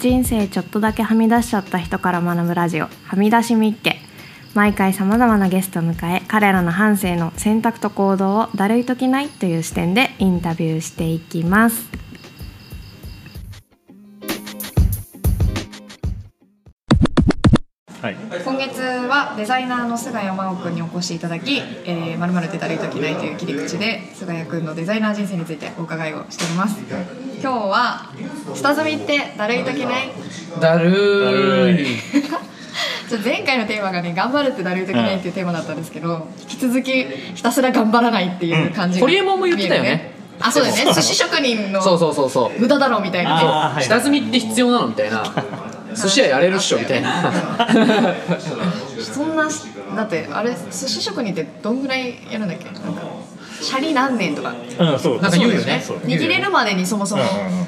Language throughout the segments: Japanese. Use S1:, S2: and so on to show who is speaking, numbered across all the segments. S1: 人生ちょっとだけはみ出しちゃった人から学ぶラジオはみ出しみっけ毎回さまざまなゲストを迎え彼らの半生の選択と行動をだるいときないという視点でインタビューしていきます
S2: はい、
S3: 今月はデザイナーの菅谷真央君にお越しいただき「えー、まるまるってだるいときない」という切り口で菅谷君のデザイナー人生についてお伺いをしております今日は「下積みってだるいときない」
S4: だるーい
S3: ちょ前回のテーマがね「頑張るってだるいときない」っていうテーマだったんですけど引き続きひたすら頑張らないっていう感じが
S4: ホリエモンも言ってたよね
S3: 見えるあそうだよね寿司職人の
S4: そうそうそうそう
S3: 無駄だろうみたいなね
S2: あーはい
S4: 下積みって必要なのみたいな寿司屋やれるっしょみたいな
S3: そんなだってあれ寿司職人ってどんぐらいやるんだっけなんかシャリ何年とか
S2: うん、そう
S4: なんか言うよね
S2: そう
S3: 握れるまでにそもそも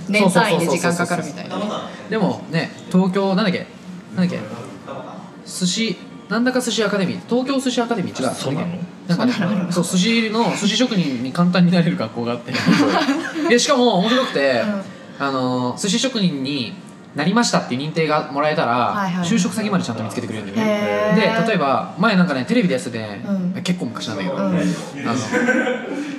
S3: 年単位で時間かかるみたいなね
S4: でもね東京なんだっけなんだっけ寿司なんだか寿司アカデミー東京寿司アカデミー違う
S2: そうなの
S4: なんかねそう寿司の寿司職人に簡単になれる学校があって でしかも面白くて、あの寿司職人になりましたっていう認定がもらえたら、
S3: いはい
S4: 就職先までちゃんと見つけてくれるんだよね
S3: へ
S4: で
S3: ー
S4: 例えば前なんかねテレビでやってて、
S3: うん
S4: 結構昔なんだけど、
S3: うん
S4: あの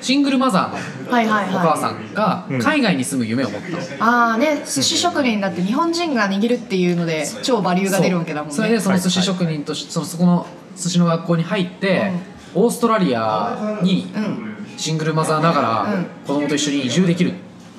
S4: シングルマザーの
S3: はいはい
S4: お母
S3: は
S4: さんが
S2: うん
S4: 海外に住む夢を持ったの、
S3: いああね寿司職人だって日本人が握るっていうので超バリューが出るわけだもんね
S4: そうそれでその寿司職人としてそのそこの寿司の学校に入って、オーストラリアに
S3: うん
S4: シングルマザーなが
S3: うん
S4: ら子供と一緒に移住できる、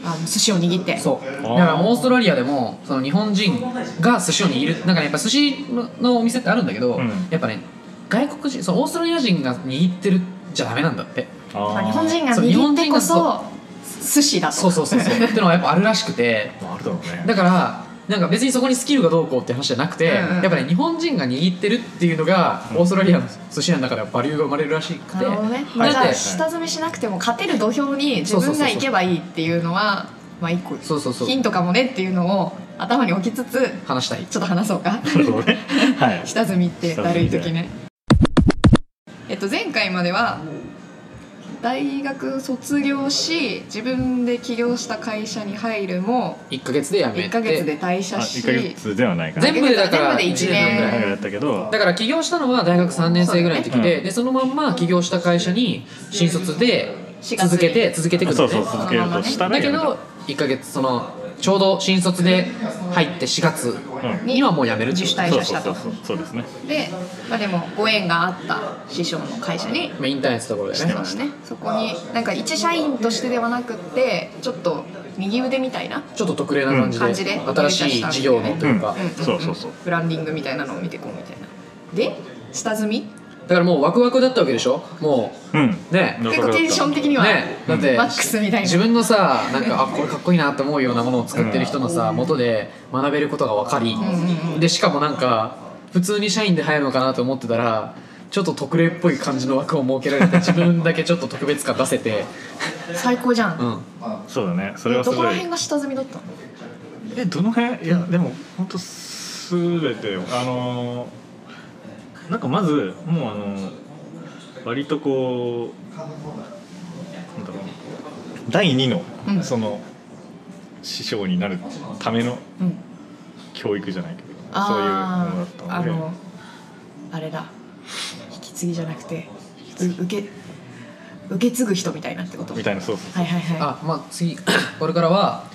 S3: あの寿司を握って
S4: そうだ
S2: あー
S4: からオーストラリアでもその日本人が寿司を握るなんかねやっぱ寿司のお店ってあるんだけど、
S2: うん
S4: やっぱね外国人そのオーストラリア人が握ってるじゃダメなんだって
S2: あ
S3: あ
S2: ー
S3: 日本人が
S4: そう日
S3: 握
S4: 本
S3: って
S4: 人
S3: こ
S4: が
S3: そ
S4: そ
S3: 寿司だと
S4: そうそうそうそう ってのはやっぱあるらしくて
S2: あるだろうね
S4: だからなんか別にそこにスキルがどうこうって話じゃなくて、
S3: うんうん
S4: やっぱね日本人が握ってるっていうのが、
S2: うん
S4: オーストラリアの寿司屋の中ではバリューが生まれるらしく
S3: な
S4: て、
S3: るほどね、ま
S4: だ
S3: あ、
S4: っ
S3: じ
S4: て
S3: ゃあ下積みしなくても勝てる土俵に自分が行けばいいっていうのはまあ一個
S4: そうそうそう
S3: ヒントかもねっていうのを頭に置きつつ
S4: 話したい
S3: ちょっと話そうか
S2: なるほどねはい
S3: 下積みってだるい時ねえっと前回までは大学卒業し自分で起業した会社に入るも
S4: 1か月で辞めて
S3: 1ヶ月で退社
S2: あ
S3: し
S2: 一ヶ月ではないかな
S4: 全部でだから
S3: 全部で一
S4: 一
S3: 年
S4: 年
S2: ぐ
S4: 分
S2: ら
S4: ぐ
S2: いだったけど
S4: だから起業したのは大学3年生ぐらいの時
S2: そうだ
S4: で,、
S2: よね
S4: でそのまんま起業した会社に新卒で
S3: 4月に
S4: 続けて続けていく
S2: そ
S4: の
S2: うそう
S4: ね
S2: 続けるとしたら
S4: だけ
S2: や
S4: ど1か月そのちょうど新卒で入って4月
S2: め
S4: にはもう辞めるって
S3: 自
S4: こ
S3: 主
S4: と
S2: たう
S3: 退
S2: ん
S3: 社し
S2: そう
S3: た
S2: そう
S3: と
S2: そうそうですね
S3: で、まあ、でもご縁があった師匠の会社に
S4: まあインターネットのところで
S3: そう
S4: ね
S3: だねそこになんか一社員としてではなくってちょっと右腕みたいな
S4: ちょっと特例な感じで,、
S3: うん感じで
S4: 新しい事業のというか、
S2: うんそうそうそう
S3: ブランディングみたいなのを見てこうみたいなで下積み
S4: だからもうワクワクだったわけでしょも
S2: うん
S4: うね
S2: な
S3: 結構テンション的には、
S4: ねだって
S3: マックスみたいな
S4: 自分のさなんかあこれかっこいいなって思うようなものを作ってる人のさ元で学べることが分かりでしかもなんか普通に社員で入るのかなと思ってたらちょっと特例っぽい感じの枠を設けられて自分だけちょっと特別感出せて、
S3: 最高じゃん、
S4: うん、
S2: そうだねそれ
S3: ど
S2: はす
S3: こ
S2: ご
S3: ら
S2: い
S3: 辺が下積みだったの
S2: えどの辺いやでも本当すべてよあのーなんかまずもうあのー割とこうなんだろう第二の、
S3: うん
S2: その師匠になるための
S3: うん
S2: 教育じゃないけどそういうものだ
S3: あ
S2: った
S3: ーあ
S2: ので
S3: のあれだ引き継ぎじゃなくてう受け受け継ぐ人みたいなってこと
S2: み
S3: はい
S2: たいなそうそう
S3: はいは
S4: あまあ次 これからは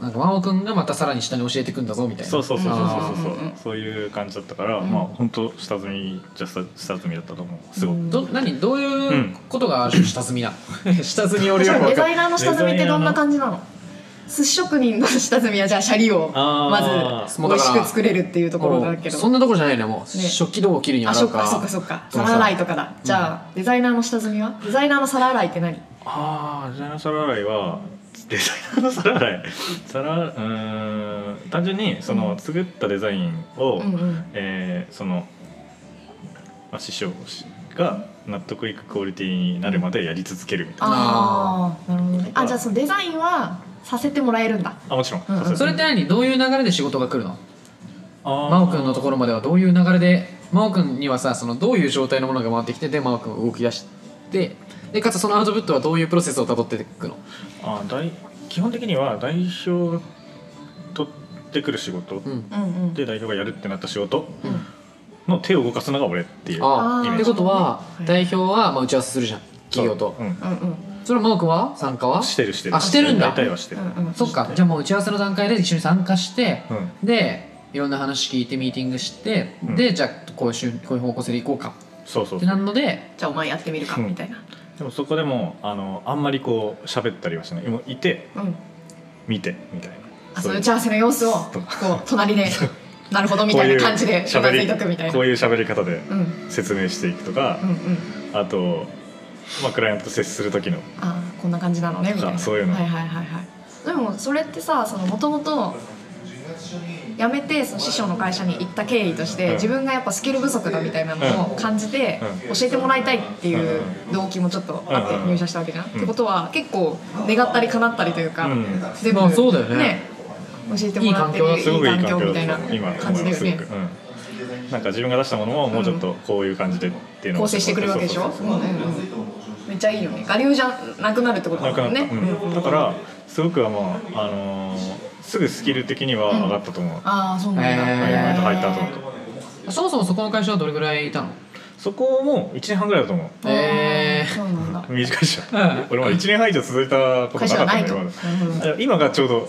S4: なんか真央君がまたさらに下に教えていくんだぞみたいな
S2: そうそうそうそうそうそうそう
S3: うんうんうん
S2: そういう感じだったから、まあ本当下積みじゃ下下積みだったと思うすごい、
S3: うん
S4: ど何どう
S2: う
S4: いうんことが下積みな の下積み
S3: い
S4: 俺
S3: じ
S4: よ
S3: ゃ
S4: く
S3: あデ
S4: 分か
S3: ザ
S4: る
S3: イナーの下積みってどんな感じなの寿司職人の下積みはじゃあシャリをま
S2: あー
S3: ず美味しく作れるっていうところだけど
S4: そんなところじゃないねもう、
S3: ね
S4: 食器どうを切るに
S3: あ
S4: 洗
S3: そうっか
S4: か
S3: そっかそっか皿洗いとかだじゃあデザイナーの下積みはデザイナーの皿洗いって何
S2: ああデザイナーの皿洗いはデザイナーの皿洗い皿うーん単純にその作ったデザインを、
S3: うんうん
S2: えーその、まあ、師匠が納得いくクオリティになるまでやり続けるみたいな
S3: ああなるほどねあじゃあそのデザインはさせてもらえるんだ
S2: あもちろん、
S3: うんうん
S2: うう
S4: それって何どういう流れで仕事が来るの
S2: あー
S4: 真央君のところまではどういう流れで真央君にはさそのどういう状態のものが回ってきてで真央君が動き出してでかつそのアウトプットはどういうプロセスをたどっていくの
S2: あー大基本的には代表が取っってくる仕事、
S4: う
S3: うん
S4: ん
S3: うん
S2: で代表がやるってなった仕事
S3: うん
S2: の手を動かすのが俺っていう
S4: あ
S1: あー
S4: あってことは
S3: はい
S4: 代表はまあ打ち合わせするじゃん企業と
S2: そううん
S3: うんうん
S4: それは真央君は参加は
S2: してるしてる
S4: あしてるんだ
S2: 大体はしてる、
S3: うんうん
S4: そっかじゃあもう打ち合わせの段階で一緒に参加して
S2: うん
S4: でいろんな話聞いてミーティングして
S2: うん
S4: でじゃあこういうしゅこういう方向性でいこうか
S2: そうそう
S4: ってなるので
S3: じゃあお前やってみるか
S2: うん
S3: みたいな
S2: でもそこでもあのあんまりこう喋ったりはしないもういて
S3: うん
S2: 見てみたい
S3: あ
S2: な
S3: そ
S2: そうい
S3: の打
S2: う
S3: ち合わせの様子を
S2: そう
S3: こう隣でなるほどみたいな感じで
S2: こ
S3: つ
S2: う
S3: ま
S2: いう
S3: ずいと
S2: 喋
S3: くみたい
S2: り
S3: な
S2: こういう喋り方で
S3: うんうん
S2: 説明していくとか
S3: う、ん
S2: あと、まあ、クライアントと接する時の
S3: あーこんな感じなのねみたいな
S2: あそういうの
S3: はいはいはいはいでもそれってさもともと辞めてその師匠の会社に行った経緯として、
S2: うん
S3: 自分がやっぱスキル不足だみたいなのを感じて、
S2: う
S3: 教えてもらいたいっていう動機もちょっとあっ
S2: うん
S3: て入社したわけじゃん、ってことは結構願ったり叶ったりというか、
S2: うん
S3: 全部
S4: まあそうだよね
S3: 教えてもらってる
S4: いい環境だ
S2: すごくいい環境
S3: みたいな
S2: だと今
S3: 感じだよね
S2: すごく、うん、なんか自分が出したものをもうちょっとこういう感じでっていうのを
S3: 構成してくれるわけでしょ
S2: そうそうそう
S3: うんうんうんめっちゃいいよね我流じゃなくなるってこと
S2: な
S3: だ
S2: くなっ
S3: もん
S2: た、
S3: ね
S2: うん、だからすごくはまあ、あのーすぐスキル的には上がったと思う、
S3: ああそうなんだ、
S2: アイバイ
S4: へー
S2: ト入った後だと
S4: そもそもそこの会社はどれぐらいいたの
S2: そこも1年半ぐらいだと思う
S4: え
S3: あーそうなんだ
S2: 短いじゃん、
S4: うん
S2: 俺も1年半以上続いたこと
S3: 会
S2: な
S3: 社
S2: か
S3: が
S2: っ
S3: な
S2: た
S3: い
S2: ん
S3: と
S2: だよ
S3: 1
S2: 今だ今がちょうど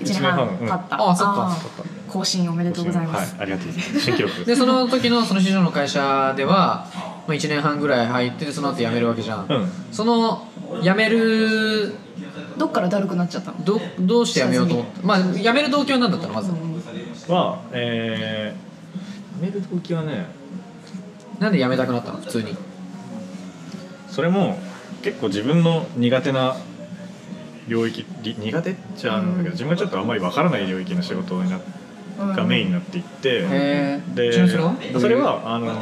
S3: 年
S2: 1年
S3: 半
S2: 半う
S3: 経
S2: ん
S3: った、
S4: あーそっか
S2: 経った
S3: 更新おめでとうございます、
S2: はい、ありがとうございます新記録です
S4: ーでその時のその師匠の会社では、まあ、1年半ぐらい入ってでその後辞めるわけじゃん、
S2: うん
S4: その辞める
S3: どっからだるくなっちゃったの
S4: どどうして辞めようと思ったまあ辞める動機は何だったのまず、
S2: は、えー、メール動機はね
S4: なんで辞めたくなったの普通に
S2: それも結構自分の苦手な領域り苦手っちゃあるんだけど、
S3: うん
S2: 自分がちょっとあんまりわからない領域の仕事にながメインになっていって、
S4: へえ
S2: で
S4: ちなみにそれは
S2: それはあの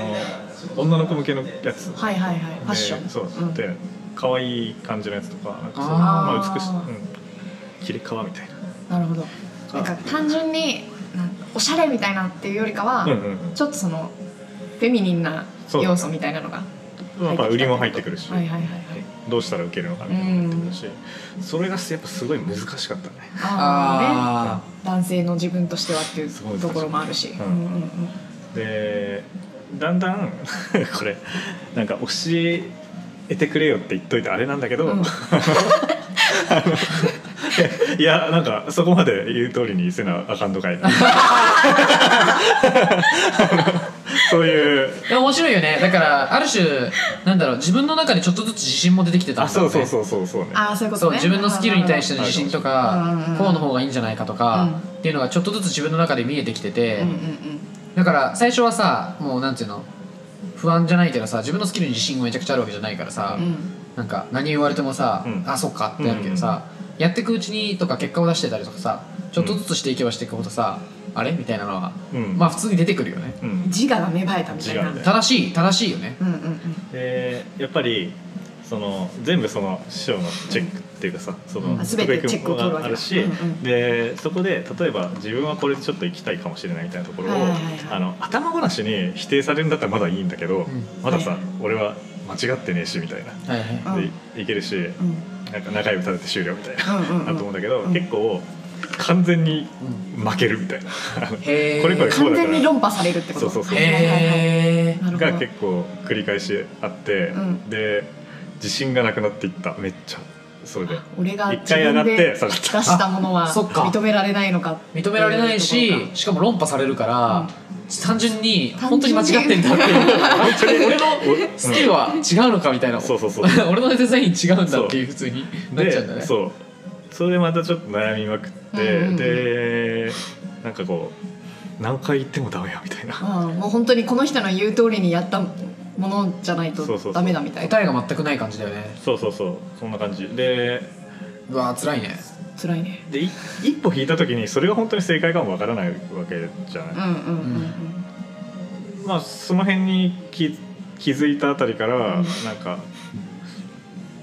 S2: 女の子向けのやつで
S3: はいはいはいファッション
S2: そう、
S3: ん
S2: で可愛い感じのやつとかなんかそう
S4: あー
S2: まあ、美しい、うん、切れ革みたいな
S3: なるほどなんか単純になんかおしゃれみたいなっていうよりかは、
S2: うんうんうん
S3: ちょっとそのフェミニンな要素みたいなのが
S2: まあやっぱ売りも入ってくるし、
S3: はいはいはいはい
S2: どうしたら受けるのかみたいなのも入ってくるし、それがやっぱすごい難しかったね
S3: ああ
S4: あ
S3: ね男性の自分としてはってい
S2: すごいう難しい
S3: ところもあるし、
S2: うん
S3: うんうんうん
S2: でだんだん これなんか教えてくれよって言っといてあれなんだけど、
S3: うん
S2: あのいやなんかそこまで言う通りにせなあかんとか いあのそういう
S4: あでも面白いよねだからある種なんだろう自分の中でちょっとずつ自信も出てきてたん
S2: あ
S4: だろ
S2: そうう
S4: ね
S2: そうそうそうそうね
S3: ああそういうこ
S4: そ
S3: と
S4: う
S3: ね
S4: 自分のスキルに対しての自信と
S3: うんうんう
S4: か
S3: ん
S4: こうの方がいいんじゃないかとかっていうのがちょっとずつ自分の中で見えてきてて
S3: うんうんうん
S4: だから最初はさもうなんていうの不安じゃないけどさ自分のスキルに自信がめちゃくちゃあるわけじゃないからさ
S3: うん
S4: なんか何言われてもさ
S2: うん
S4: あそっかってなるけどさやってくうちにとか結果を出してたりとかさちょっとずつしていけばしていくほどさあれみたいなのは
S2: うん
S4: まあ普通に出てくるよね
S2: うん、
S3: 自我が芽生えたみたいな
S2: 自我
S4: 正しい正しいよね
S3: うんうんうん
S2: でやっぱりその全部その師匠のチェックっていうかさその
S3: あ全てチェックを取るわけだ
S2: あるし、
S3: うんうん
S2: でそこで例えば自分はこれちょっと行きたいかもしれないみたいなところを、
S3: はいはいはい
S2: あの頭ごなしに否定されるんだったらまだいいんだけど、
S4: ん
S2: まださ、
S3: はい
S2: 俺は間違ってねえしみたいな。
S4: はいはい
S3: うん
S2: でいけるし、
S3: うん
S2: なんか仲良く食べて終了みたいな、
S3: うんうんうん
S2: なると思うんだけど、
S3: うん
S2: 結構完全に負けるみたいな、あの
S4: へー
S2: これこれこう
S3: 完
S2: だか
S3: 全に
S2: ら
S3: 論破されるってこと
S2: そうそうそう
S3: はいはいはい
S4: へえ
S3: なるほど
S2: が結構繰り返しあって、
S3: うん
S2: で自信がなくなっていっためっちゃそれで
S3: 俺が
S2: 一
S3: 自
S2: 回上が
S3: 分
S2: っ
S3: で
S2: て下
S3: 出
S2: がっ
S3: したたものは
S4: あそっか
S3: 認められないのか
S4: 認められない
S3: っ
S4: し
S3: てうとこ
S4: しかも論破されるから、単純に
S3: 単
S4: 本当
S3: 純
S4: に
S3: に
S4: 間違ってんだっていう俺のスキルは違うのかみたいな、
S2: そうそうそう
S4: 俺のデザイン違うんだっていう普通になっちゃうんだ
S2: で
S4: ね
S2: そうそれでまたちょっと悩みまくって、
S3: うんうんうん
S2: でなんかこう何回言ってもダメやみたいな、
S3: かうんもう本当にこの人の言う通りにやったものじゃないと
S2: そうそうそう
S3: ダメだみたいな
S4: 答えが全くない感じだよね
S2: そうそうそうそんな感じで
S4: うわー辛いね
S3: 辛いね
S2: でい一歩引いた時にそれが本当に正解かもわからないわけじゃ
S3: うんう
S2: ない、
S3: んうん
S2: まあその辺に気気づいたあたりから、
S3: うん
S2: なんか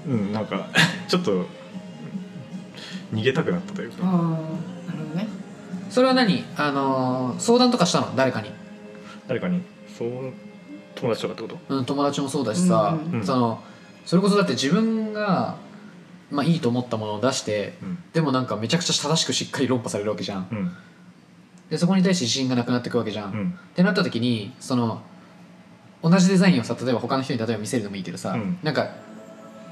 S2: うんなんか ちょっと逃げたくなったという
S3: うん
S2: か、
S3: ああなるほどね
S4: それは何あのー相談とかしたの誰かに、
S2: 誰かにそう友達とかってこと
S4: うん、友達もそうだしさ、
S3: うん
S2: うん
S4: そのそれこそだって自分がまあいいと思ったものを出して
S2: うん
S4: でもなんかめちゃくちゃ正しくしっかり論破されるわけじゃん
S2: うん
S4: でそこに対して自信がなくなってくわけじゃん、
S2: う
S4: っ
S2: ん
S4: てなった時にその同じデザインをさ例えば他の人に例えば見せるのもいいけどさ、
S2: うん
S4: なんか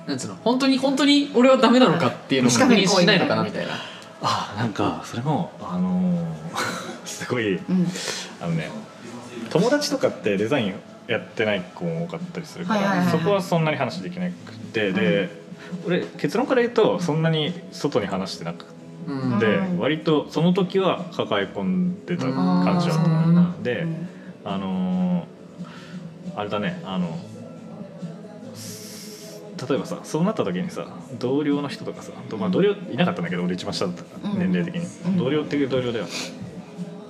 S4: なんつうの本当に本当に俺はダメなのかっていうのを確認しないのかなみたいな
S2: あなんかそれもあのー すごい
S3: うん
S2: あのね友達とかってデザインやってない子も多かったりするから、
S3: はいはいはいはい
S2: そこはそんなに話できなくてで、俺結論から言うとそんなに外に話してなく
S4: う
S3: うん
S2: て、
S3: ん
S2: 割とその時は抱え込んでた感じだった
S3: うん
S4: あ
S2: ので、あのーあれだねあの例えばさそうなった時にさ同僚の人とかさ、とまあ、同僚いなかったんだけど俺一番下だったから、
S3: うん
S2: 年齢的に、
S3: うん
S2: 同僚っていう同僚では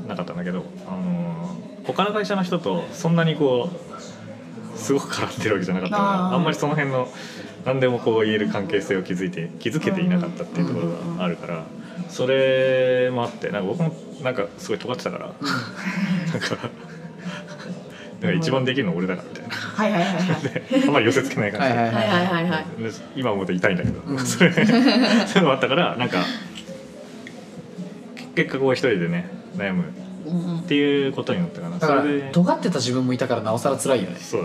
S2: なかったんだけど、あのー他の会社の人とそんなにこうすごく絡んでるわけじゃなかったから
S3: あー
S2: あんまりその辺の何でもこう言える関係性を築いて築けていなかったっていうところがあるから、それもあってなんか僕もなんかすごい尖ってたから。なんかなんか一番できるの俺だからみたいな
S3: はいはいはいはい
S2: であんまり寄せつけない感じで
S4: はいはい
S3: はいはいはいはい
S2: で今思うと痛いんだけど、
S4: うん
S2: それそう いうのもあったからなんか結果こう一人でね悩む
S3: うんうん
S2: っていうことになったかな
S4: だから
S2: それで
S4: 尖ってた自分もいたからなおさら辛いよね
S2: そう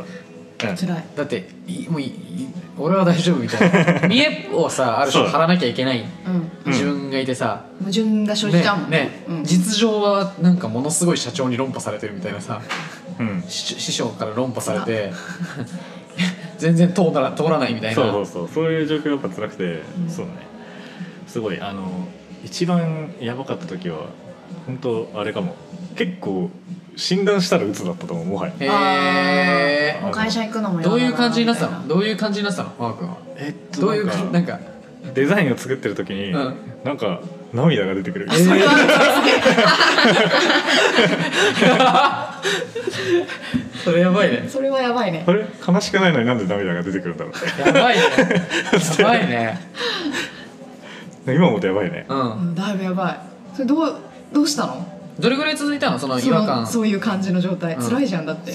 S2: だ、うん、
S3: 辛い
S4: だっていもういい俺は大丈夫みた いな見栄をさある種
S2: そう
S4: 張らなきゃいけない
S3: うん
S2: うん
S4: 自分がいてさ、
S3: 矛盾が生じちゃうもん
S4: ねね
S3: うん
S4: 実情はなんかものすごい社長に論破されてるみたいなさ
S2: うん
S4: 師師匠から論破されて 全然通ら通らないみたいな
S2: そうそうそうそういう状況がやっぱ辛くて、そうだねすごいあの一番やばかった時は本当あれかも結構診断したら鬱だったと思うもはや
S4: へえ
S3: もう会社行くのも嫌だ
S4: どういう感じになってた
S3: み
S4: のどういう感じになってたのマー君は
S2: えっ
S4: どういう
S2: なんか
S4: なんか
S2: デザインを作ってる時に、
S4: うん
S2: なんか涙が出てくる、
S4: えーそれやばいね
S3: たいなそれはやばいね
S2: あれ悲しくないのになんで涙が出てくるんだろうっ
S4: やばいねやばいね
S2: て今思うとやばいね
S4: う
S3: うんんだいぶやばいそれどうどうしたの
S4: どれぐらい続いたのその
S3: そ
S4: 違和
S3: の
S4: 感
S3: そういう感じの状態
S4: うん
S3: 辛いじゃんだって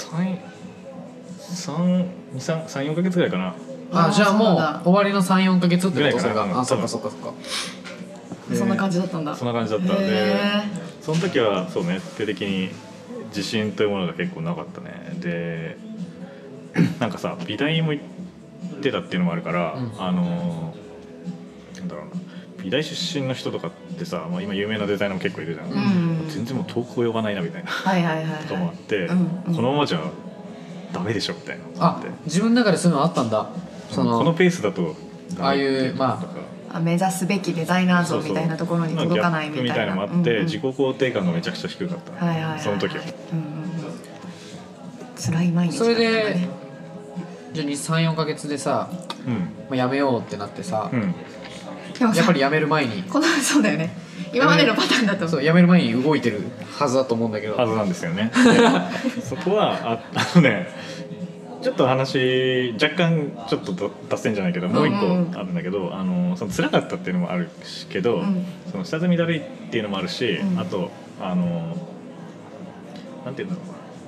S2: 334か月ぐらいかな
S4: あじゃあも
S3: そううなん
S4: 終わりの34か月って
S2: ぐらい
S4: こ
S2: か
S4: と
S2: な
S4: それ
S2: うん
S4: があそっか
S2: そ
S4: そっかそっか
S3: だそんな感じだったんだ
S2: そんな感じだったんで
S3: へ
S2: その時はそうね徹底的に自信というものが結構なかったねで なんかさ美大も行ってたっていうのもあるから、
S4: うん
S2: あのーなんだろうな美大出身の人とかってさ、まあ、今有名なデザイナーも結構いるじゃん、
S3: えうん
S2: 全然もう遠く及ばないなみたい な
S3: はいはいはい
S2: とかもあ
S3: は
S2: って、
S3: うんうん
S2: このままじゃダメでしょみたいなのがあ
S4: あ
S2: って
S4: 自分の中でそういうのあったんだその
S2: このペースだと
S4: ああいうまあ
S3: いあ目指すべきデザイナー像みたいなところに届かないみたいな
S2: みたいなのもあって、
S3: うんうん
S2: 自己肯定感がめちゃくちゃ低かった、
S3: はいはいはいはい
S2: その時は
S3: うんうんうん辛い毎日だ
S4: そ
S3: った
S4: れ
S3: んだね
S4: でじゃあ34か月でさ、
S2: うん
S4: まあ、やめようってなってさ、
S2: うん
S3: でもさ
S4: やっぱりやめる前に
S3: このそうだよね今までのパターンだと
S4: そうやめる前に動いてるはずだと思うんだけど
S2: はずなんですよね そこはああのねちょっと話若干ちょっとど脱線じゃないけどもう一個
S3: うんうん
S2: あるんだけど、あのその辛かったっていうのもあるしけど、
S3: うん
S2: その下積みだるいっていうのもあるし、
S3: うん
S2: あとあのなんて言うんだろうな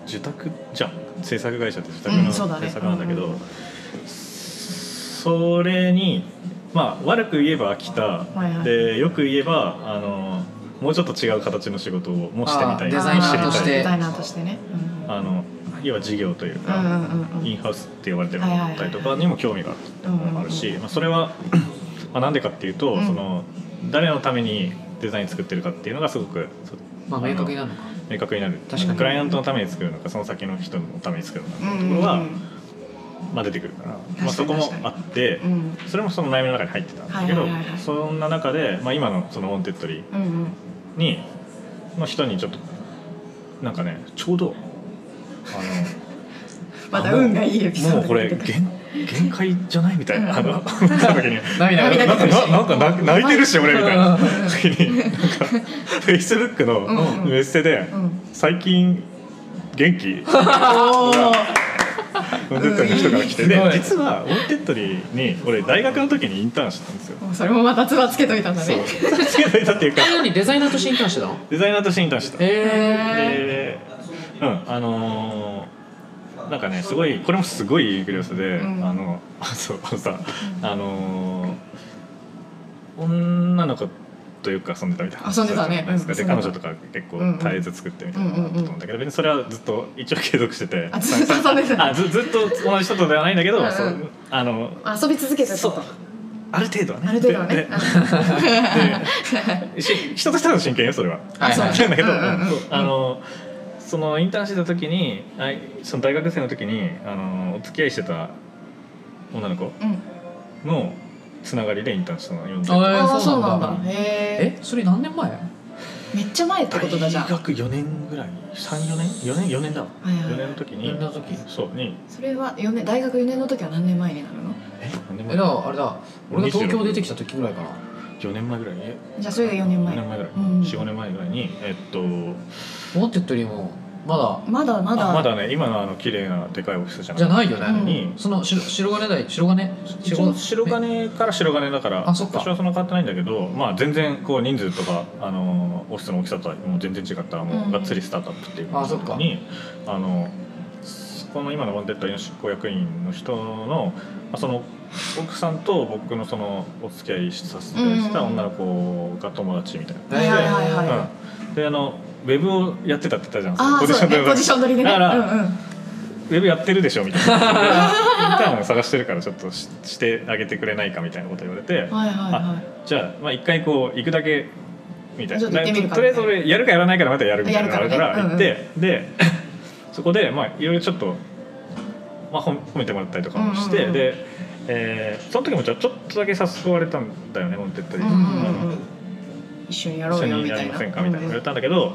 S2: 受託じゃん制作会社って受託
S3: う
S2: の
S3: んそうだね
S2: 制作なんだけど、
S3: うんうん
S2: それにまあ悪く言えば飽きた、
S3: いはい
S2: でよく言えばあのもうちょっと違う形の仕事をもうしてみたい
S4: デザイナーと
S2: 知
S4: し
S2: りたい
S4: て
S3: デザイナーとしてねうん
S2: あの要は事業というか、
S3: うんうんうんうん
S2: インハウスって呼ばれてるものだったりとかにも興味があったっていうのもあるし、
S3: うん
S2: まあ、それはまあなんでかっていうと、
S3: うん
S2: その誰のためにデザイン作ってるかっていうのがすごくそ
S4: まあ明確になるのか
S2: 明確になる
S4: 確かに
S2: クライアントのために作るのかその先の人のために作るのかって
S3: う
S2: い
S3: ん
S2: う
S3: う
S2: ところ
S3: ん
S2: は、まあ、出てくるから、まあ、そ
S3: 確
S2: こ
S3: かに
S2: もあって、
S3: うんうん
S2: それもその悩みの中に入ってたんだけど、
S3: はいはいはいはい
S2: そんな中で、まあ、今のその「ウォンテッドリー
S3: うんうん
S2: に」の人にちょっとなんかねちょうどあの。
S3: また運がいいエピソード
S2: もうこれ
S3: 出てくる
S2: 限限界じゃないみたいな、あの見た時に
S4: 涙
S3: 涙
S2: なんか
S4: が
S2: ななんか泣泣いてるし俺みたいな時になんかフェイスブックの
S3: うんうん
S2: メッセで
S3: うん
S2: 「最近元気?」ウォンテッドリーの人から来て
S4: うん
S2: です
S4: ごい
S2: 実はウォンテッドリーに俺大学の時にインターンしてたんですよ。
S3: もうそれもまたツバつけといたんだ
S2: そう
S3: ね
S2: 付き合いだっていうか
S4: 何デザイナーとしてインターンしてたの
S2: デザイナーとしてインターンしてた。
S4: え
S2: でうんあのーなんかねすごいこれもすごいグレースで、
S3: うん
S2: あの あそうあのさあのー女の子というか遊んでたみたいな
S3: 遊んでたね
S2: じゃないですかで
S3: うん
S2: 彼女とか結構絶えず作ってみたいなのがあったと思うんだけど別にそれはずっと一応継続してて
S3: あずっと遊んでた
S2: あずずっと同じ人とではないんだけ
S3: うん
S2: ど
S3: うん
S2: そうあの
S3: 遊び続けてた
S2: そ
S3: と
S2: うある程度はね
S3: ある程度はね
S2: ででし人としては真剣よそれは。
S4: はいはい
S2: なんだけど、
S3: うんうんうん
S2: そうあのそのインターンしてた時にあいその大学生の時にあのお付き合いしてた女の子
S3: うん
S2: のつながりでインターンしたの呼んで
S4: あ
S3: ああ
S4: そ
S3: そうう
S4: な
S3: なんん
S4: だ
S3: だへ
S4: えそれ何年前
S3: えめっちゃ前ってことだじゃ
S2: 大
S3: ん
S2: 学4年ぐらい34年4年4年だわ
S3: はいはい
S2: 4年の時に
S4: 4年の時
S2: そうに
S3: それは四年大学4年の時は何年前になるの
S2: え何年
S4: えだ
S2: 前
S4: からあれだ俺が東京出てきた時ぐらいかな
S2: 4年前ぐらいえ
S3: じゃあそれが4年
S2: 4
S3: 前
S2: 年前ぐらい
S3: うん
S2: 45年前ぐらいにえっと
S4: 思ってたよりもまだ
S3: まだまだ
S2: あまだね今のあの綺麗なでかいオフィスじゃ
S4: じゃ
S2: な
S4: ないよ
S3: う
S4: ね
S3: ん
S2: に
S4: その白白金台白金
S2: 一応白金
S4: ね
S2: から白金だから
S4: あそっか
S2: 私はそんな変わってないんだけど、まあ、全然こう人数とか、あのオフィスの大きさとはもう全然違ったも
S3: うん
S2: うがっつりスタートアップっていう
S4: あそっか
S2: にあのそこの今のワンデッドの執行役員の人の,、まあ、その奥さんと僕のそのお付き合いさせていただいてた
S3: うんうん
S2: 女の子が友達みたいな。
S3: はいはいはいはい
S2: うん、であのウェブをやってたって言ったじゃんそ
S3: あ
S2: の
S3: あそうだね
S2: で
S3: ポジション取りでね
S2: だから、
S3: うんうん
S2: ウェブやってるでしょみたいなインターンを探してるからちょっとししてあげてくれないかみたいなこと言われて、
S3: はいはいはい
S2: じゃあまあ一回こう行くだけみたい
S3: ち
S2: な
S3: ょっと行ってみ
S2: と
S3: るか
S2: とりあえず俺やるかやらないからまたやるみたいなのがあるか
S3: や
S2: ら
S3: るからね
S2: 行って、で そこでまあいろいろちょっと、まあ、褒め褒めてもらったりとかもして、
S3: うんうんうん
S2: で、えーその時もじゃあちょっとだけ誘われたんだよねモンテッドに。
S3: うんうん
S2: あ
S3: うん
S2: の
S3: 一緒にやろ
S2: 一緒
S3: うよ
S2: に
S3: み
S2: や
S3: たい
S2: り
S3: な
S2: ませんかみたいな言われたんだけど、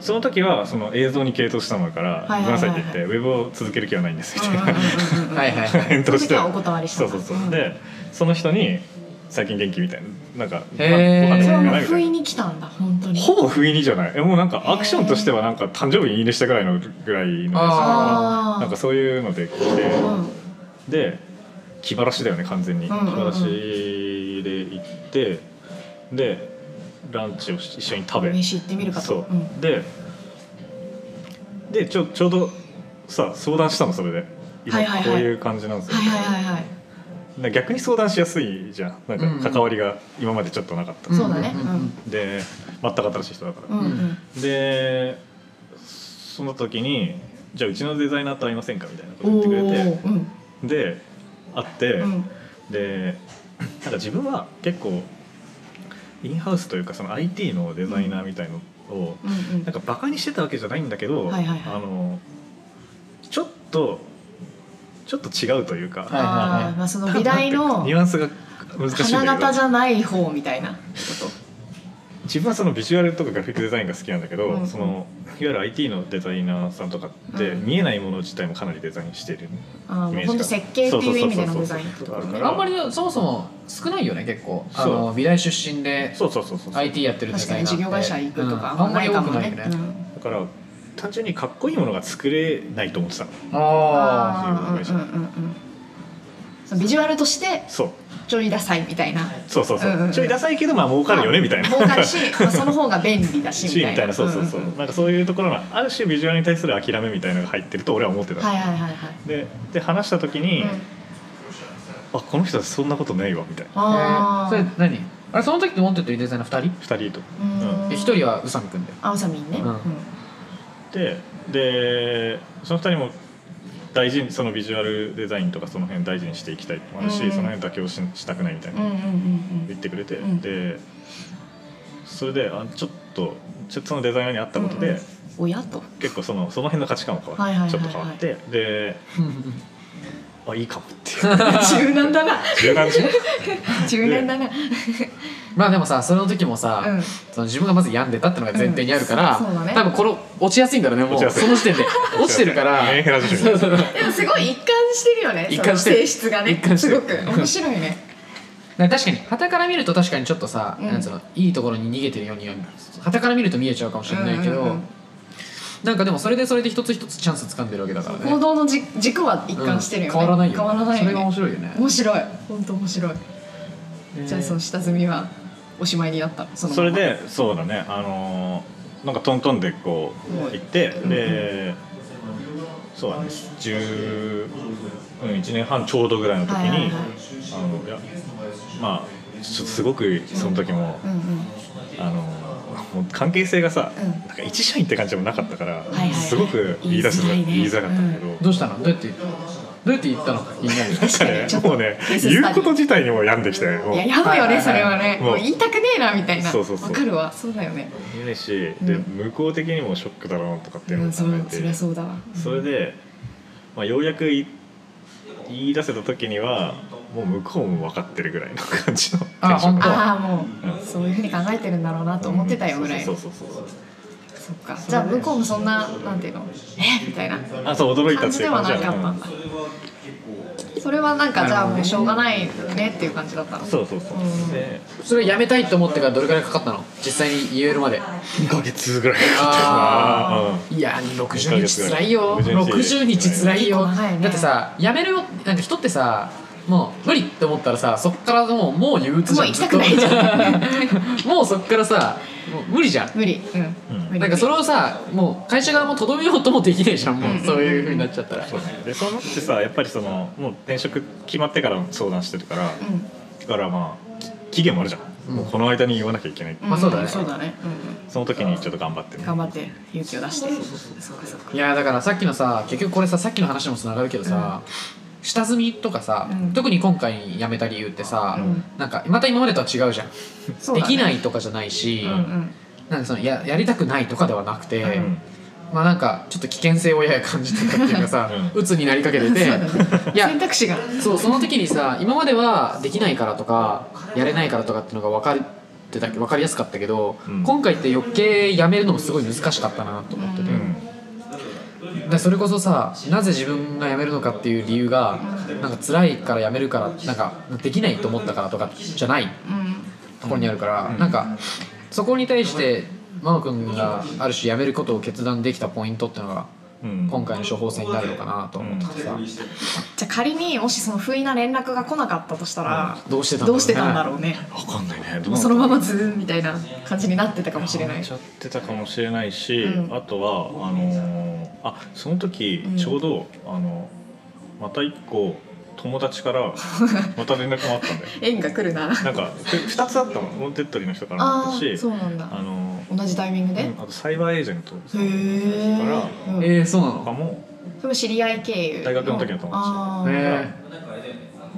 S2: その時はその映像に傾倒したものから「ご
S3: はいはいはいはい
S2: めんなさい」って言って「ウェブを続ける気はないんです」みたいな、
S4: はいはいはい
S2: 返答して
S3: その時はお断りした
S2: そうそうそう、
S3: うん
S2: でその人に「最近元気?」みたいななんか「
S4: へー
S2: ご飯
S3: それ
S2: でも行かない?」
S3: はもう
S2: みた
S3: 不意
S2: いな
S3: に来たんだ本当に
S2: ほぼ不意にじゃないえもうなんかアクションとしてはなんか誕生日いいねしたぐらいのぐらいの
S3: あー
S2: なんかそういうので来て
S3: うん
S2: で気晴らしだよね完全に、
S3: うんうんうん
S2: 気晴らしで行ってでランチを一緒に食べ
S3: 飯行ってみるかと
S2: そう、
S3: うん
S2: ででちょちょうどさ相談したのそれで今
S3: はいはいはい
S2: こういう感じなんですよ、
S3: はいはいはいはい
S2: な逆に相談しやすいじゃんな
S4: うんん
S2: か関わりが今までちょっとなかった、
S3: そうだね
S4: うんうん
S2: で全く新しい人だから、
S3: うんうん
S2: でその時に「じゃあうちのデザイナーと会いませんか?」みたいなこと
S3: お
S2: 言って
S3: お
S2: く
S3: ーうん
S2: れてで会って、
S3: うん
S2: でなんか自分は結構インハウスというかその IT のデザイナーみたいのを、
S3: うんうん
S2: なんかバカにしてたわけじゃないんだけど、
S3: はいはいはい
S2: あのちょっとちょっと違うというか、
S4: はいはい
S3: あーまあその美大の
S2: ニュアンスが難しいん
S3: 花
S2: だ
S3: 形
S2: け
S3: じ
S2: ど
S3: ゃない方みたいなこ
S2: 自分はそのビジュアルとかグラフィックデザインが好きなんだけど、
S3: うん
S2: そのいわゆる IT のデザイナーさんとかって、
S3: うん
S2: 見えないもの自体もかなりデザインしてる
S3: とあ
S2: イ
S3: あもう
S2: メージが
S3: 本当設計っていう意味でのデザイン
S2: そうそうそうそう
S3: ね
S2: ある
S4: あんまりそもそも少ないよね結構あ
S2: そ
S4: の美大出身で
S2: そうそうそうそう
S4: IT やってるデ
S3: 確
S4: ザ
S3: かに
S4: イナーって
S3: 事業会社行くとか
S4: うんあんまり多くないよ
S3: うん
S4: ね
S2: だから単純にかっこいいものが作れないと思ってたの
S4: あ
S3: あーうんうんうんうんそのビジュアルとして
S2: そう
S3: ちょいダサいみたいな
S2: そうそうそう、
S3: うんうんうん
S2: ちょいダサいけどまあ儲かるよねみたいな
S3: 儲かるし、 まあ、その方が便利だし
S2: し
S3: み
S2: み
S3: たいな
S2: たいなそうそうそう、
S3: んんん
S2: なんかそういうところのある種ビジュアルに対する諦めみたいなのが入ってると俺は思ってたの、
S3: はいはいはいはい、
S2: でで話した時に、
S3: うん
S2: あこの人たちそんなことないわみたいな
S3: あー
S4: ーそれ何あれその時って持ってるデザイナー2人
S2: 2人と、
S3: うーん
S4: え一人は宇佐美くんだよ
S3: あおさみんね、
S4: うん
S2: ででその2人も大事にそのビジュアルデザインとかその辺大事にしていきたいってもあるし、
S3: うん
S2: その辺妥協ししたくないみたい
S3: うん
S2: な
S3: うんうんうん
S2: 言ってくれて、
S3: うん
S2: でそれであちょっとちょっとそのデザイナーに会ったことで、
S3: うんうん親と
S2: 結構そのその辺の価値観も変わって、
S3: はいはいはいはい
S2: ちょっと変わって であいいかもっていう
S3: 柔軟だな
S2: 柔軟じゃん
S3: 柔軟だな、
S4: まあでもさその時もさ、
S3: うん
S4: その自分がまず病んでたってのが前提にあるから、
S3: うんそうだね
S4: 多分これ落ちやすいんだろうねも
S2: 落ち
S4: う
S2: やすい
S4: その時点で落ちてるから
S2: メンヘラ女子
S4: そうそうそう
S3: でもすごい一貫してるよね
S4: 一貫し
S3: そ
S4: てる
S3: の性質がね
S4: 一貫してる
S3: すごく面白いね
S4: なんか確かに傍から見ると確かにちょっとさ、
S3: うん
S4: なんつうのいいところに逃げてるように傍から見ると見えちゃうかもしれないけ
S3: う
S4: ど、
S3: んうんうん
S4: なんかでもそれでそれで一つ一つチャンス掴んでるわけだからね
S3: 行動のじ軸は一貫してるよね、
S4: うん変わらないよね
S3: 変わらないよね
S4: それが面白いよね
S3: 面白い本当面白い、
S2: ー
S3: じゃあその下積みはおしまいになったその
S2: そ
S3: ま
S2: れ
S3: ま
S2: でそうだねあのーなんかトントンでこ
S3: も
S2: う
S3: う
S2: 行って、
S3: ん
S2: でそうだね10、うん、1年半ちょうどぐらいの時に、
S3: はいはいはい
S2: あのいやまあちょっとすごくその時も、
S3: うんうん
S2: あのもう関係性がさ、
S3: うん
S2: なんか一社員って感じでもなかったから、
S3: いはいはい
S2: すごく言い出すの
S3: 言いづらいね
S2: 言いづらかったんだけど、
S4: どうしたのどうやってどうやって言ったのか気になるよ
S3: 確か
S2: な
S3: に
S2: ん
S3: ちょ
S2: かねも
S3: っと
S2: うね
S3: レスス
S2: 言
S3: タ
S2: う
S3: イル
S2: こと自体にも病んできてもう
S3: いややばいよねそれはね
S2: もう
S3: もう言いたくねえなみたいな
S2: そうそうそう
S3: わかるわそうだよね
S2: 言えないし、
S3: うん
S2: で向こう的にもショックだろうなとかっていう
S3: う
S2: のを
S3: ん
S2: 考
S3: そう
S2: えて、
S3: そりゃそうだわ
S2: それで、まあ、ようやくい言い出せた時にはもう向こうも分かってるぐらいの 感じの
S4: あ
S2: テンション
S4: 本
S2: が
S3: ああも
S2: う
S3: うそういうふうに考えてるんだろうなと思ってたよぐらい
S2: そ
S3: そう
S2: そうそうそう
S3: っかじゃあ向こうもそんななんていうのえみたいな
S2: あそう驚いた
S3: 感
S2: っ
S3: じ
S2: てい
S3: で
S2: う
S3: は
S2: 感
S3: な
S2: じ
S3: かったんだそれはなんかじゃあもうしょうがないねっていう感じだったの
S2: うんそうそうそう、
S3: うん
S2: で
S4: それやめたいと思ってからどれくらいかかったの実際に言えるまで
S2: 2ヶ月ぐらいかか
S4: あ
S2: っ
S4: いや60日つらいよ
S2: 60日
S4: 60日つらいよ
S3: 結構長いよね
S4: だってさやめるよなんか人ってさもう無理って思ったらさそっからもうもう憂鬱じゃん
S3: もう行きたくないじ
S4: ゃんもうそっからさもう無理じゃん
S3: 無理うん、
S2: うん
S3: 無理
S4: なんかそれをさもう会社側もとどめようともできないじゃんもうそういうふうになっちゃったら
S2: たな、そうねでそのってさやっぱりそのもう転職決まってからも相談してるから、
S3: う
S2: だからまあき期限もあるじゃん、
S4: うん
S2: もうこの間に言わなきゃいけない、
S3: ん
S4: まあそうだね
S3: んそうだね、うん
S2: その時にちょっと頑張って
S3: う
S2: ね
S3: ん、頑張って勇気を出してそうかそうか
S4: いやだからさっきのさ結局これささっきの話にもつながるけどさ、下積みとかさ、
S3: うん
S4: 特に今回辞めた理由ってさ、
S3: うん
S4: なんかまた今までとは違うじゃん、
S3: そう
S4: で
S3: だね
S4: きないとかじゃないし、
S3: うんうん
S4: なんかそのややりたくないとかではなくて、
S2: うん
S4: まあなんかちょっと危険性をやや感じてたっていうかさ鬱になりかけてて、いや
S3: 選択肢が
S4: そうその時にさ今まではできないからとかやれないからとかっていうのが分かってた分かりやすかったけど、
S2: うん
S4: 今回って余計やめるのもすごい難しかったなと思ってて、
S2: うん
S4: だからそれこそさなぜ自分が辞めるのかっていう理由がなんか辛いから辞めるからなんかできないと思ったからとかじゃない
S3: うん
S4: ところにあるから、
S2: うん
S4: なんかそこに対して真央君がある種辞めることを決断できたポイントっていうのが
S2: うん
S4: 今回の処方箋になるのかなと思っててさ、
S3: じゃあ仮にもしその不意な連絡が来なかったとしたら、
S4: どうしてたんだろ
S3: ど
S4: うね
S3: うしてたんだろうね
S2: 分かんないねどう
S3: もうそのままズーンみたいな感じになってたかもしれな
S2: や
S3: い
S2: っちゃってたかもしれないし、
S3: うん
S2: あとはあのーあその時
S3: うん
S2: ちょうど、あのまた一個友達から また連絡もあったんだよ
S3: 縁が来るな
S2: なんかふ二つあったもんモンテッドリーの人からもあっ
S3: あ
S2: た
S3: あ
S2: し
S3: そうなんだ
S2: あのー
S3: 同じタイミングで、
S2: うんあとサイバーエージェント
S3: へえ
S2: から
S3: うん
S4: えー、そうな
S2: とか
S4: の
S2: も
S3: それも知り合い経由
S2: 大学の時の友達
S3: あー
S4: え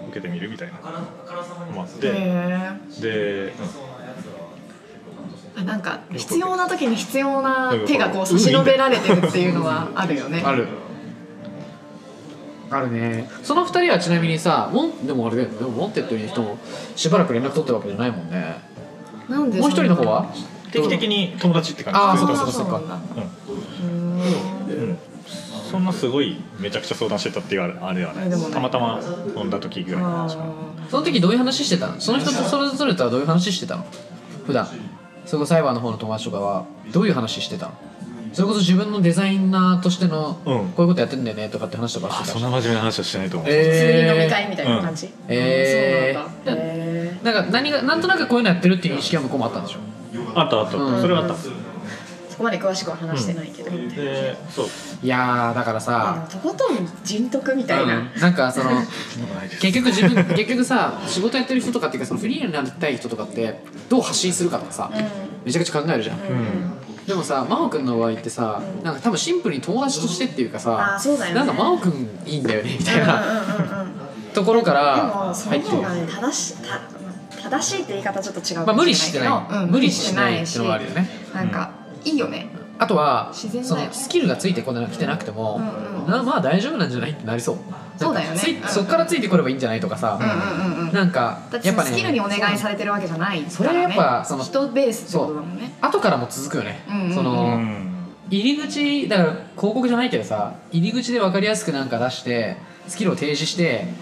S2: 受けてみるみたいなのもあっ
S3: へ
S2: て
S3: え
S2: で、
S3: あなんか必要な時に必要な手がこう差し伸べられてるっていうのはあるよね
S4: あるあるねその二人はちなみにさモンでもあれだよねでもモンテッドリーの人もしばらく連絡取ってるわけじゃないもんね
S3: なんで
S4: もう一人の方は
S2: うん、定期的に友達って感じ
S4: あー
S2: ずっ
S4: そ
S2: と
S4: う
S3: あ
S4: か
S3: ーそう
S4: そうか
S3: な
S4: そうんか
S2: うん
S3: だうん
S2: うんそんなすごいめちゃくちゃ相談してたっていうあれあれは
S3: あ
S2: ね
S3: でもね
S2: たまたま飲んだ時ぐらいの話かな
S3: あ
S4: その時どういう話してたのその人とそれぞれとはどういう話してたの普段それこそサイバーの方の友達とかはどういう話してたのそれこそ自分のデザイナーとしての
S2: うん
S4: こういうことやってんだよねとかって話とか
S2: あ
S4: して
S2: そ
S4: た
S2: んな真面目な話はしてないと思う、
S3: ー普通に
S4: えー
S3: 飲み会みたいな感じ
S4: えー
S3: うんそうなんだへー
S4: なんか何がなんとなくこういうのやってるっていう意識は向こうもあったんでしょ
S2: あったあった、
S4: うん
S2: それはあった、
S3: そこまで詳しくは話してないけど、みたいな
S2: でそう
S4: いやーだから
S3: あ
S4: さ
S3: とことん人徳みたいな、
S4: なんか その
S2: そんなことないです
S4: 結局自分結局さ仕事やってる人とかっていうかそのフリーになりたい人とかってどう発信するかとかさ、めちゃくちゃ考えるじゃん、
S2: うん
S4: でもさ真央君の場合ってさなんか多分シンプルに友達としてっていうかさ
S3: あそうだよね
S4: なんか真央君いいんだよねみたいな
S3: うんうんうんうん
S4: ところか
S3: で
S4: ら
S3: もその
S4: 入って
S3: 方
S4: る
S3: がね正した正しいって言い方ちょっと違うかも
S4: まあ無理
S3: し
S4: して
S3: れないけど
S4: な
S3: う
S4: い
S3: ん
S4: 無理してないっていうのはあるよね
S3: なんか、いいよね
S4: あとは
S3: 自然だよ
S4: そのスキルがついてこな来てなくても
S3: うんうん
S4: なまあ大丈夫なんじゃないってなりそう
S3: そうだよね
S4: なんかつい
S3: うん
S4: そっからついてこればいいんじゃないとかさ
S3: うんうんうんうん
S4: なんか
S3: だって
S4: や
S3: そ
S4: っ
S3: のス
S4: ぱ
S3: キルにお
S4: ね
S3: 願いされてるわけじゃないから、ね、
S4: それはやっぱその
S3: 人ベースってことだもんね
S4: 後からも続くよね
S3: うんうんうん
S4: その
S2: うん
S4: 入り口だから広告じゃないけどさ入り口で分かりやすくなんか出してスキルを提示して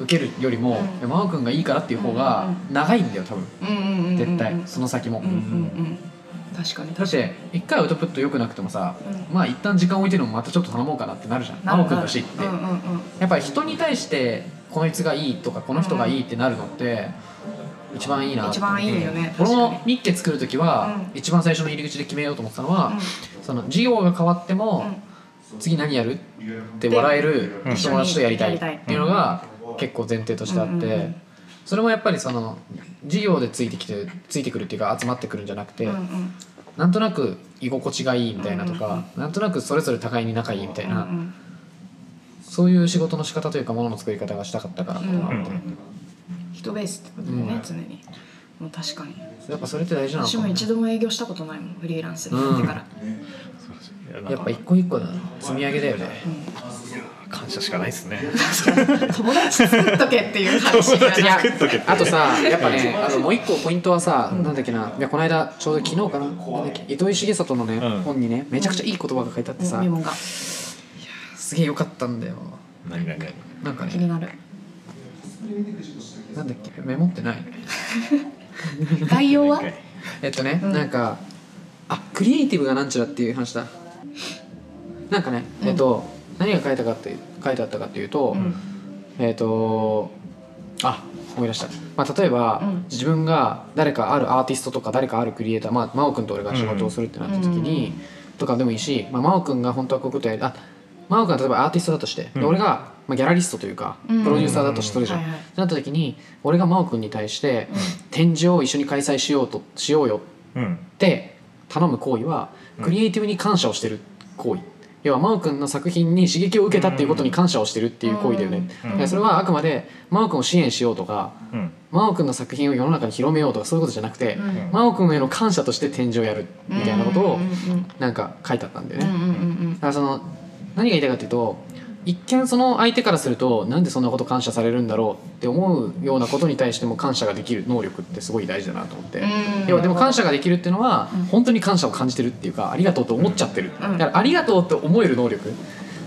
S4: 受けるよりも、
S3: う
S4: 真央君がいいからっていう方
S3: うん
S4: が
S3: うん
S4: 長いんだよ多分
S3: うんうんうんうん
S4: 絶対、
S3: うん
S4: その先も、
S3: うんうんうん確かに
S4: だって一回アウトプット良くなくてもさ、
S3: う
S4: まあ一旦時間置いてるのもまたちょっと頼もうかなってなるじゃん真央君らしいって、
S3: うんうんうん
S4: やっぱり人に対してこいつがいいとかこの人がいいってなるのって一番いいなって思っ
S3: 一番
S4: て
S3: いいよね
S4: 俺
S3: 確
S4: も
S3: か
S4: ミッケ作る時は、
S3: う
S4: 一番最初の入り口で決めようと思ってたのは、
S3: う
S4: その事業が変わっても、
S3: ん
S4: 次何やるって笑える
S2: うん
S4: 友達とやりたい
S3: 一緒にやりたい
S4: っていうのが結構前提としてあっ
S3: うんうんう
S4: て
S3: ん
S4: それもやっぱりその授業でついてきてついてくるっていうか集まってくるんじゃなくて、
S3: うんうん
S4: なんとなく居心地がいいみたいなとか、なんとなくそれぞれ互いに仲いいみたい
S3: うんう
S4: な、
S3: ん
S4: そういう仕事の仕方というかものの作り方がしたかったからとかあって、
S3: 人ベースってことだよね、
S4: うん
S3: 常にもう確かに
S4: やっぱそれって大事なの
S3: 私
S4: かも
S3: も
S4: な
S3: 一度も営業したことないもんフリーランスになってから、
S2: いやなん
S4: やっ
S2: か
S4: ぱ一個一個だな積み上げだよね、
S2: 感謝しかないですね。
S3: 友達作っとけっていう話になる
S4: いや
S2: 作っとけって
S4: あとさやっぱねあのもう一個ポイントはさ、なんだっけないやこの間ちょうど昨日かななんだっけ糸井重里のね、
S2: うん
S4: 本にねめちゃくちゃいい言葉が書いてあってさ、
S3: メモが
S4: すげえ良かったんだよ
S2: 何何何。
S4: なんか
S3: 気
S4: ね
S3: になる
S4: なんだっけメモってない
S3: 概要 は
S4: えっとね、なんかあクリエイティブがなんちゃらっていう話だなんかね、えっと何が書いたかって書いてあったかっていうと、えっとあ思い出した、まあ、例えば、
S3: うん
S4: 自分が誰かあるアーティストとか誰かあるクリエイター、まあ、真央君と俺が仕事をするってなった時に、とかでもいいし、まあ、真央君が本当はこういうことやりあ真央君が例えばアーティストだとして、で
S2: うん
S4: 俺が、まあ、ギャラリストというか、
S3: うん
S4: プロデューサーだとしてるじゃん、
S3: はいはい
S4: なった時に俺が真央君に対して展示を一緒に開催しようとしようよ
S2: うん。
S4: って頼む行為はクリエイティブに感謝をしてる行為、要は真央君の作品に刺激を受けたっていうことに感謝をしてるっていう行為だよね、
S2: うん
S4: だからそれはあくまで真央君を支援しようとか
S2: うん。
S4: 真央君の作品を世の中に広めようとかそういうことじゃなくて、
S3: うん
S2: ん
S4: 真央君への感謝として展示をやるみたいなことを
S3: うんうん
S4: なんか書いてあったんだよ
S3: う
S4: ね、
S3: んうんうん
S4: だからその何が言いたいかっていうと一見その相手からするとなんでそんなこと感謝されるんだろうって思うようなことに対しても感謝ができる能力ってすごい大事だなと思って、
S3: うん
S4: 要はでも感謝ができるっていうのは
S3: うん
S4: 本当に感謝を感じてるっていうかありがとうと思っちゃってる、
S3: うん
S4: だからありがとうと思える能力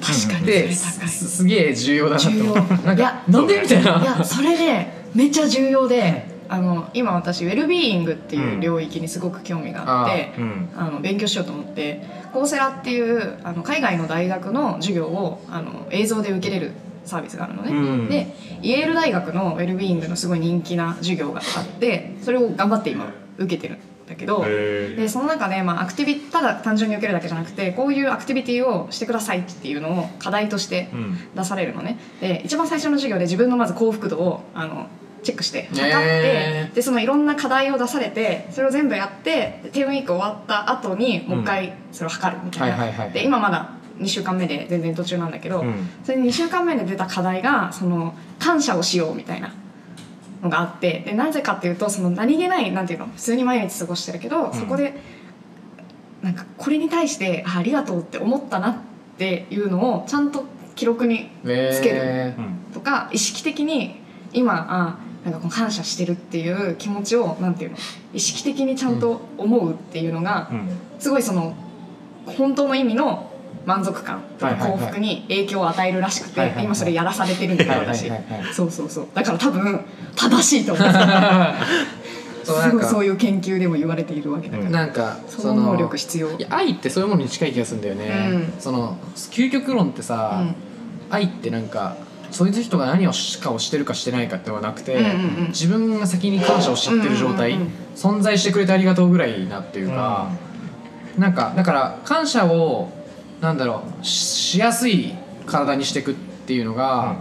S3: 確かにそ
S4: で
S3: れ
S4: す
S3: 高い
S4: すげえ重要だなと思って
S3: 重要
S4: なん
S3: い
S4: か
S3: や
S4: なんでみたい
S3: い
S4: な
S3: やそれねめっちゃ重要であの今私ウェルビーイングっていう領域にすごく興味があって、
S2: うん。
S3: あの勉強しようと思ってコーセラっていうあの海外の大学の授業をあの映像で受けれるサービスがあるのね、
S2: うん
S3: でイェール大学のウェルビーイングのすごい人気な授業があってそれを頑張って今受けてるんだけど、
S2: え
S3: でその中で、まあ、アクティビただ単純に受けるだけじゃなくてこういうアクティビティをしてくださいっていうのを課題として
S2: ー。うん。
S3: 出されるのねで一番最初の授業で自分のまず幸福度をあのチェックして測って、
S4: へー
S3: でそのいろんな課題を出されてそれを全部やってでテームウィーク終わった後にもう一回それを測るみたいな、
S4: はいはいはい
S3: で今まだ2週間目で全然途中なんだけど、
S2: うん
S3: それで2週間目で出た課題がその感謝をしようみたいなのがあってでなぜかっていうとその何気ないなんていうの普通に毎日過ごしてるけど、そこでなんかこれに対してあありがとうって思ったなっていうのをちゃんと記録につける
S4: え
S2: うん。
S3: とか意識的に今あなんかこう感謝してるっていう気持ちをなんていうの意識的にちゃんと思うっていうのが
S2: うん。
S3: すごいその本当の意味の満足感と
S4: は
S3: か
S4: いはいは
S3: 幸
S4: い
S3: 福に影響を与えるらしく
S4: はいはい
S3: て
S4: はい
S3: 今それやらされてるんだよ
S4: はいはい
S3: 私
S4: はいはい
S3: そうそうそうだから多分正しいと思 う
S4: そうな
S3: す
S4: ん
S3: ごい
S4: か
S3: そういう研究でも言われているわけだから
S4: なんか
S3: その能力必要
S4: いや愛ってそういうものに近い気がするんだよね、
S3: うん
S4: その究極論ってさ、
S3: うん
S4: 愛ってなんかそういう人が何をしかをしてるかしてないかではなくて、
S3: うんうんうん
S4: 自分が先に感謝を知ってる状態、
S3: うんうんうん
S4: 存在してくれてありがとうぐらいなっていうか、なんかだから感謝をなんだろうししやすい体にしていくっていうのが、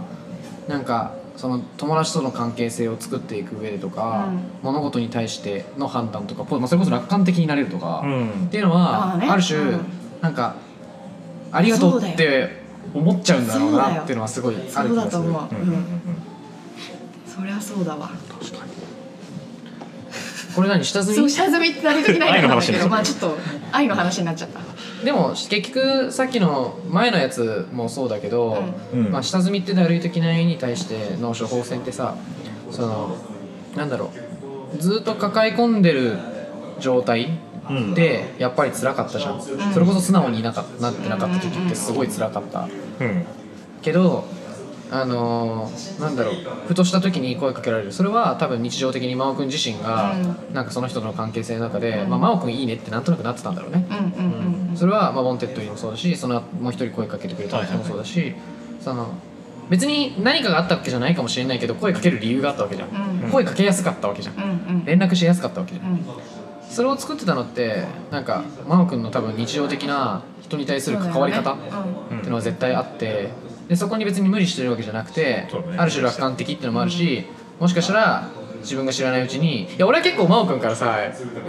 S4: なんかその友達との関係性を作っていく上でとか、
S3: うん
S4: 物事に対しての判断とか、まあ、それこそ楽観的になれるとか、
S2: うん
S4: っ。ていうの
S3: あ
S4: は
S3: ー
S4: あ,、
S3: ね
S4: る種、
S3: うん
S4: なんかありがとうっ
S3: そうだ
S4: て思っちゃうんだろう
S3: そうだ
S4: な
S3: よ
S4: っていうのはすごいある気がす
S3: そ
S4: る
S3: うだと思う、
S2: うん。
S3: う
S2: うん
S3: ん、そりゃそうだわ
S4: これ何下積
S3: そう
S4: み
S3: 下積みってなるときないからなんだけ
S2: 愛の話になっちゃう
S3: どまあちょっと愛の話になっちゃった
S4: でも結局さっきの前のやつもそうだけど、
S2: うん
S4: まあ、下積みってだるい時ないに対しての処方箋ってさそのなんだろうずっと抱え込んでる状態
S2: うん
S4: でやっぱり辛かったじゃん、それこそ素直にいなかなってなかった時ってすごい辛かった。
S2: うん。
S4: けどあのーなんだろうふとした時に声かけられるそれは多分日常的に真央君自身が、なんかその人との関係性の中で、まあ、真央君いいねってなんとなくなってたんだろうね、
S3: うんうんうん
S4: それは、まあ、ボンテッドにもそうだしその後もう一人声かけてくれた人もそうだし、その別に何かがあったわけじゃないかもしれないけど声かける理由があったわけじゃん、
S2: うん
S4: 声かけやすかったわけじゃん、
S3: うんうん
S4: 連絡しやすかったわけじゃん
S3: うん
S4: それを作ってたのってなんか真央君の多分日常的な人に対する関わり
S3: そ
S4: 方
S3: うだよね
S4: っていうのは絶対あってでそこに別に無理してるわけじゃなくて
S2: そうだね
S4: ある種楽観的っていうのもあるしもしかしたら自分が知らないうちにいや俺は結構真央君からさ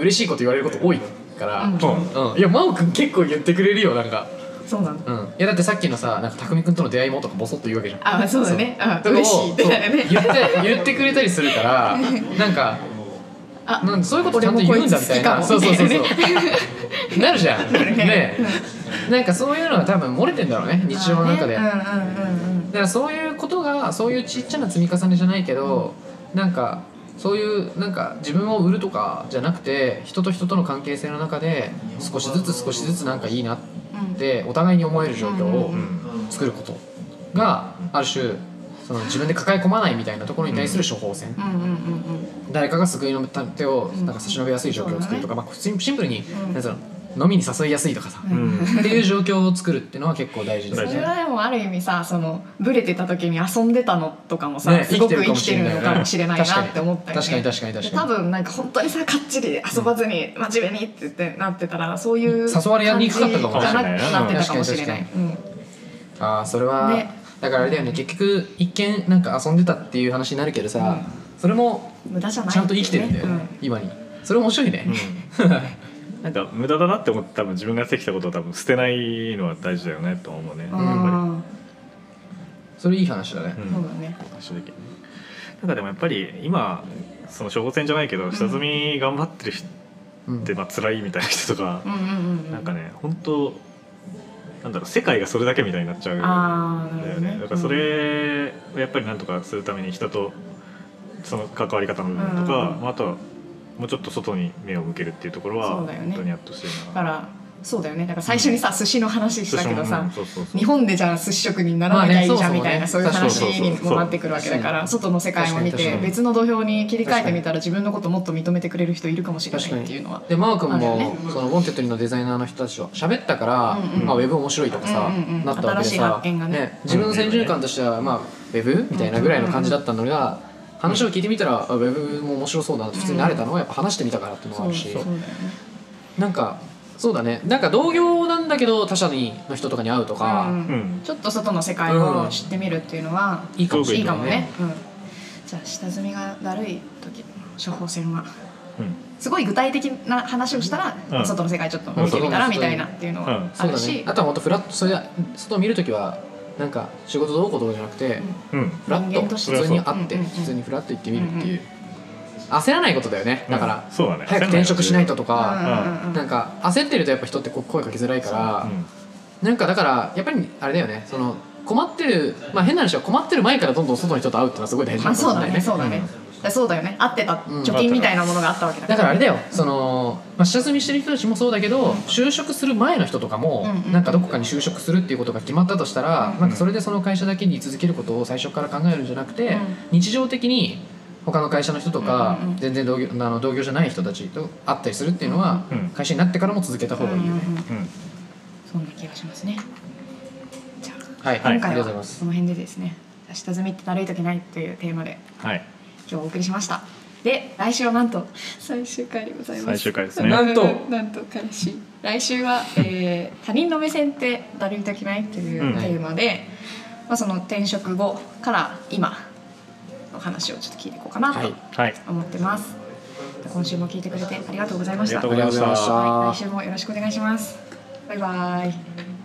S4: 嬉しいこと言われること多いから、
S3: うん
S2: そう
S4: うんいや真央君結構言ってくれるよなんか
S3: そうなんだ
S4: うんいやだってさっきのさなんか匠君との出会いもとかボソッと言うわけじゃん
S3: あそうだねあ
S4: そう
S3: 嬉しいって
S4: そう
S3: だよね
S4: 言って言ってくれたりするから なんか
S3: あ
S4: なんそういうことちゃんと言うんだみたいな
S3: 俺もこいつ好きかも
S4: そうそうそうなるじゃん
S3: なる ね
S4: ねなんかそういうのが多分漏れてんだろうね日常の中で、
S3: うんうんうんうん
S4: だからそういうことがそういうちっちゃな積み重ねじゃないけど、なんかそういうなんか自分を売るとかじゃなくて人と人との関係性の中で少しずつ少しずつなんかいいなっ
S3: うん
S4: てお互いに思える状況を
S2: うん
S4: 作ることがある種その自分で抱え込まないみたいなところに対する処方箋、
S3: うんうんうんうん
S4: 誰かが救いの手を
S3: うん
S4: なんか差し伸べやすい状況を作るとか、まあ、シンシンプルに、
S3: うん
S4: なんつうの飲みに誘いやすいとかさ、
S2: う
S3: うん
S2: ん
S4: っていう状況を作るっていうのは結構大事です
S3: そ
S4: よ
S3: れ
S4: ね。
S3: はでもある意味さそのブレてた時に遊んでたのとかもさ、
S4: ね
S3: すごく生
S4: 生
S3: き
S4: き
S3: て
S4: て
S3: る
S4: る
S3: の
S4: の
S3: か
S4: か
S3: も
S4: も
S3: し
S4: し
S3: れ
S4: れ
S3: な
S4: ないい
S3: なって思ったよね
S4: 確かに確かに確かに
S3: 多分なんか本当にさかっちり遊ばずに真面目にって言ってなってたらそういう
S4: うん誘われにくかったかもしれ
S2: ない
S3: 感じじゃなくなってたかもしれない、うん、
S4: ああそれは、
S3: ね
S4: だからあれだよね結局一見なんか遊んでたっていう話になるけどさ、それも
S3: 無駄じゃない
S4: ちゃんと生きてるんだよね
S3: う
S4: 今にそれ面白いね、
S2: うんなんか無駄だなって思って多分自分がやってきたことを多分捨てないのは大事だよねと思うねやっぱ
S3: あ
S4: それいい話だね
S2: り、う
S3: ー
S2: ん
S3: そうだね
S2: 正直ねなんかでもやっぱり今その処方箋じゃないけど下積み頑張ってる人
S4: う
S2: っ
S4: ん
S2: てまあ辛いみたいな人とか
S3: う、んうんうん
S2: なんかね本当なんだろう世界がそれだけみたいになっちゃうん
S3: ああな
S2: だ
S3: る
S2: よ
S3: ほど
S2: ね
S3: ね
S2: だからそれをやっぱりなんとかするために人とその関わり方の部分とか、
S3: うん
S2: まあ、あとはもうちょっと外に目を向けるっていうところは
S3: そうだよね
S2: 本当にやってほしい
S3: だ
S2: な、
S3: からそうだよねだから最初にさ寿司の話したけどさ、
S2: うんそうそうそう
S3: 日本でじゃあ寿司職人にならなきゃいいじゃんみたいな、
S4: まあね
S3: そ
S4: そう
S3: い
S4: うそうう
S3: 話
S2: そう
S3: にもなってくるわけだから外の世界を見
S4: 確か
S3: て
S4: に
S3: 別の土俵に切り替えてみたら自分のこともっと認めてくれる人いるかもしれないっていうのは。
S4: でマー君
S3: あるよ
S4: も、
S3: ね
S4: そのウォンテッドリーのデザイナーの人たちと喋ったから、
S3: うんうん
S4: まあ、ウェブ面白いとかさ、
S3: うんうんうん
S4: なったわけ
S3: 新
S4: で
S3: しい
S4: さ
S3: 発見がね
S4: 自分の先入観としては、まあ、ウェブみたいなぐらいの感じだったのが、話を聞いてみたらあウェブも面白そうだなって普通に慣れたのはやっぱ話してみたからっていうのも
S3: そう
S4: ある
S3: そ
S4: し
S3: うだよね
S4: なんかそうだねなんか同業なんだけど他社にの人とかに会うとか、
S3: うん
S2: うん
S3: ちょっと外の世界を知ってみるっていうのは、
S4: いいかもし
S3: い
S4: れ
S3: い
S4: な
S3: か
S4: い
S3: もね、うん、じゃあ下積みがだるい時の処方箋は
S2: うん
S3: すごい具体的な話をしたら、
S2: うん
S3: 外の世界ちょっと見てみたら
S4: うん
S3: みたいなっていうの
S2: う
S3: は
S2: ん
S3: あ
S4: そう
S3: る
S4: だ
S3: し、
S4: ねあとはもっとフラットそれ外を見るときはなんか仕事どうこうとかじゃなくて、
S2: うん
S4: フラッ
S3: 人
S4: ト
S3: 間として
S4: 普通に会って
S3: うんうんうん
S4: 普通にフラッと行ってみるっていう焦らないことだよねだから
S2: うんそうだね
S4: 早く転職しないとと
S3: う
S4: か
S3: んうんうんうん
S4: なんか焦ってるとやっぱ人ってこう声かけづらいから
S2: うん
S4: なんかだからやっぱりあれだよねその困ってるまあ変な話は困ってる前からどんどん外の人と会うっていうのはすごい大事
S3: ま
S4: な
S3: あ
S4: こと
S3: そうだねそう
S4: だ
S3: だね、だそうだよね合ってた
S4: うん
S3: 貯金みたいなものがあったわけだ
S4: だ
S3: から
S4: からあれだよその、まあ、下積みしてる人たちもそうだけど就職する前の人とかも
S3: うんうん
S4: なんかどこかに就職するっていうことが決まったとしたらなんかそれでその会社だけに居続けることを最初から考えるんじゃなく
S3: う
S4: て
S3: ん
S4: 日常的に他の会社の人とか
S3: うんうんうん
S4: 全然同業あの同業じゃない人たちと会ったりするっていうのは
S2: うんうん
S4: 会社になってからも続けた方がいいよね
S3: うんうんうん
S2: うん
S3: そんな気がしますねじゃあ
S4: はい、
S2: はい
S4: あり
S3: 今回
S4: がとうござい
S3: は
S4: ます
S3: この辺でですね「下積みってだるい時ない」というテーマで
S2: はい
S3: 今日お送りしましたで来週はなんと最終回でございま
S2: 最
S3: す
S2: 終回ですね
S4: なんと
S3: なんと彼氏来週は、えー「他人の目線ってだるい時ない」というテーマで、まあ、その転職後から今の話をちょっと聞いていこうかな
S4: はい
S3: と
S2: はい
S3: 思ってます、今週も聞いてくれてありがとうございました
S2: ありがとうございました
S3: はい、来週もよろしくお願いします。バイバイ。